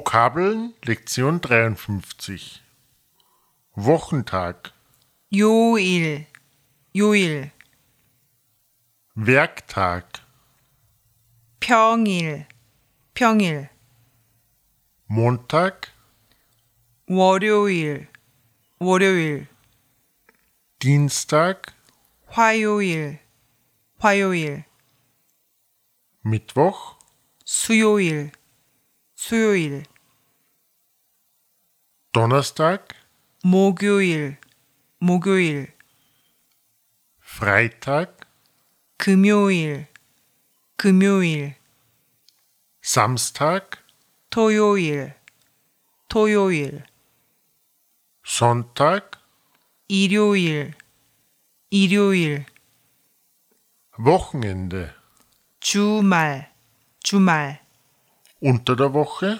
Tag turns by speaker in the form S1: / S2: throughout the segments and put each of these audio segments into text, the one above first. S1: Vokabeln Lektion 53 Wochentag
S2: 요일, 요일,
S1: Werktag
S2: 평일, 평일,
S1: Montag
S2: 월요일, 월요일,
S1: Dienstag
S2: 화요일, 화요일,
S1: Mittwoch
S2: 수요일, 수요일,
S1: Donnerstag
S2: 목요일, 목요일,
S1: Freitag
S2: 금요일, 금요일,
S1: Samstag
S2: 토요일, 토요일,
S1: Sonntag
S2: 일요일, 일요일,
S1: Wochenende
S2: 주말, 주말,
S1: Unter der Woche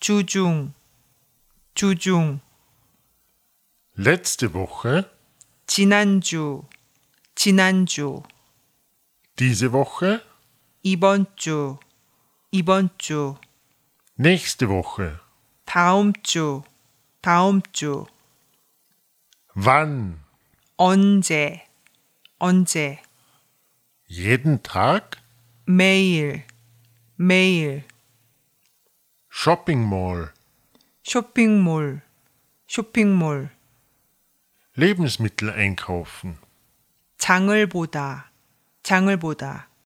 S2: 주중, 주중.
S1: letzte Woche
S2: 지난주, 지난주,
S1: diese Woche
S2: 이번 주, 이번 주,
S1: nächste Woche
S2: 다음 주, 다음 주,
S1: wann
S2: 언제, 언제,
S1: jeden Tag
S2: 매일, 매일,
S1: Shopping Mall
S2: 쇼핑몰, 쇼핑몰,
S1: Lebensmittel einkaufen
S2: 장을 보다, 장을 보다,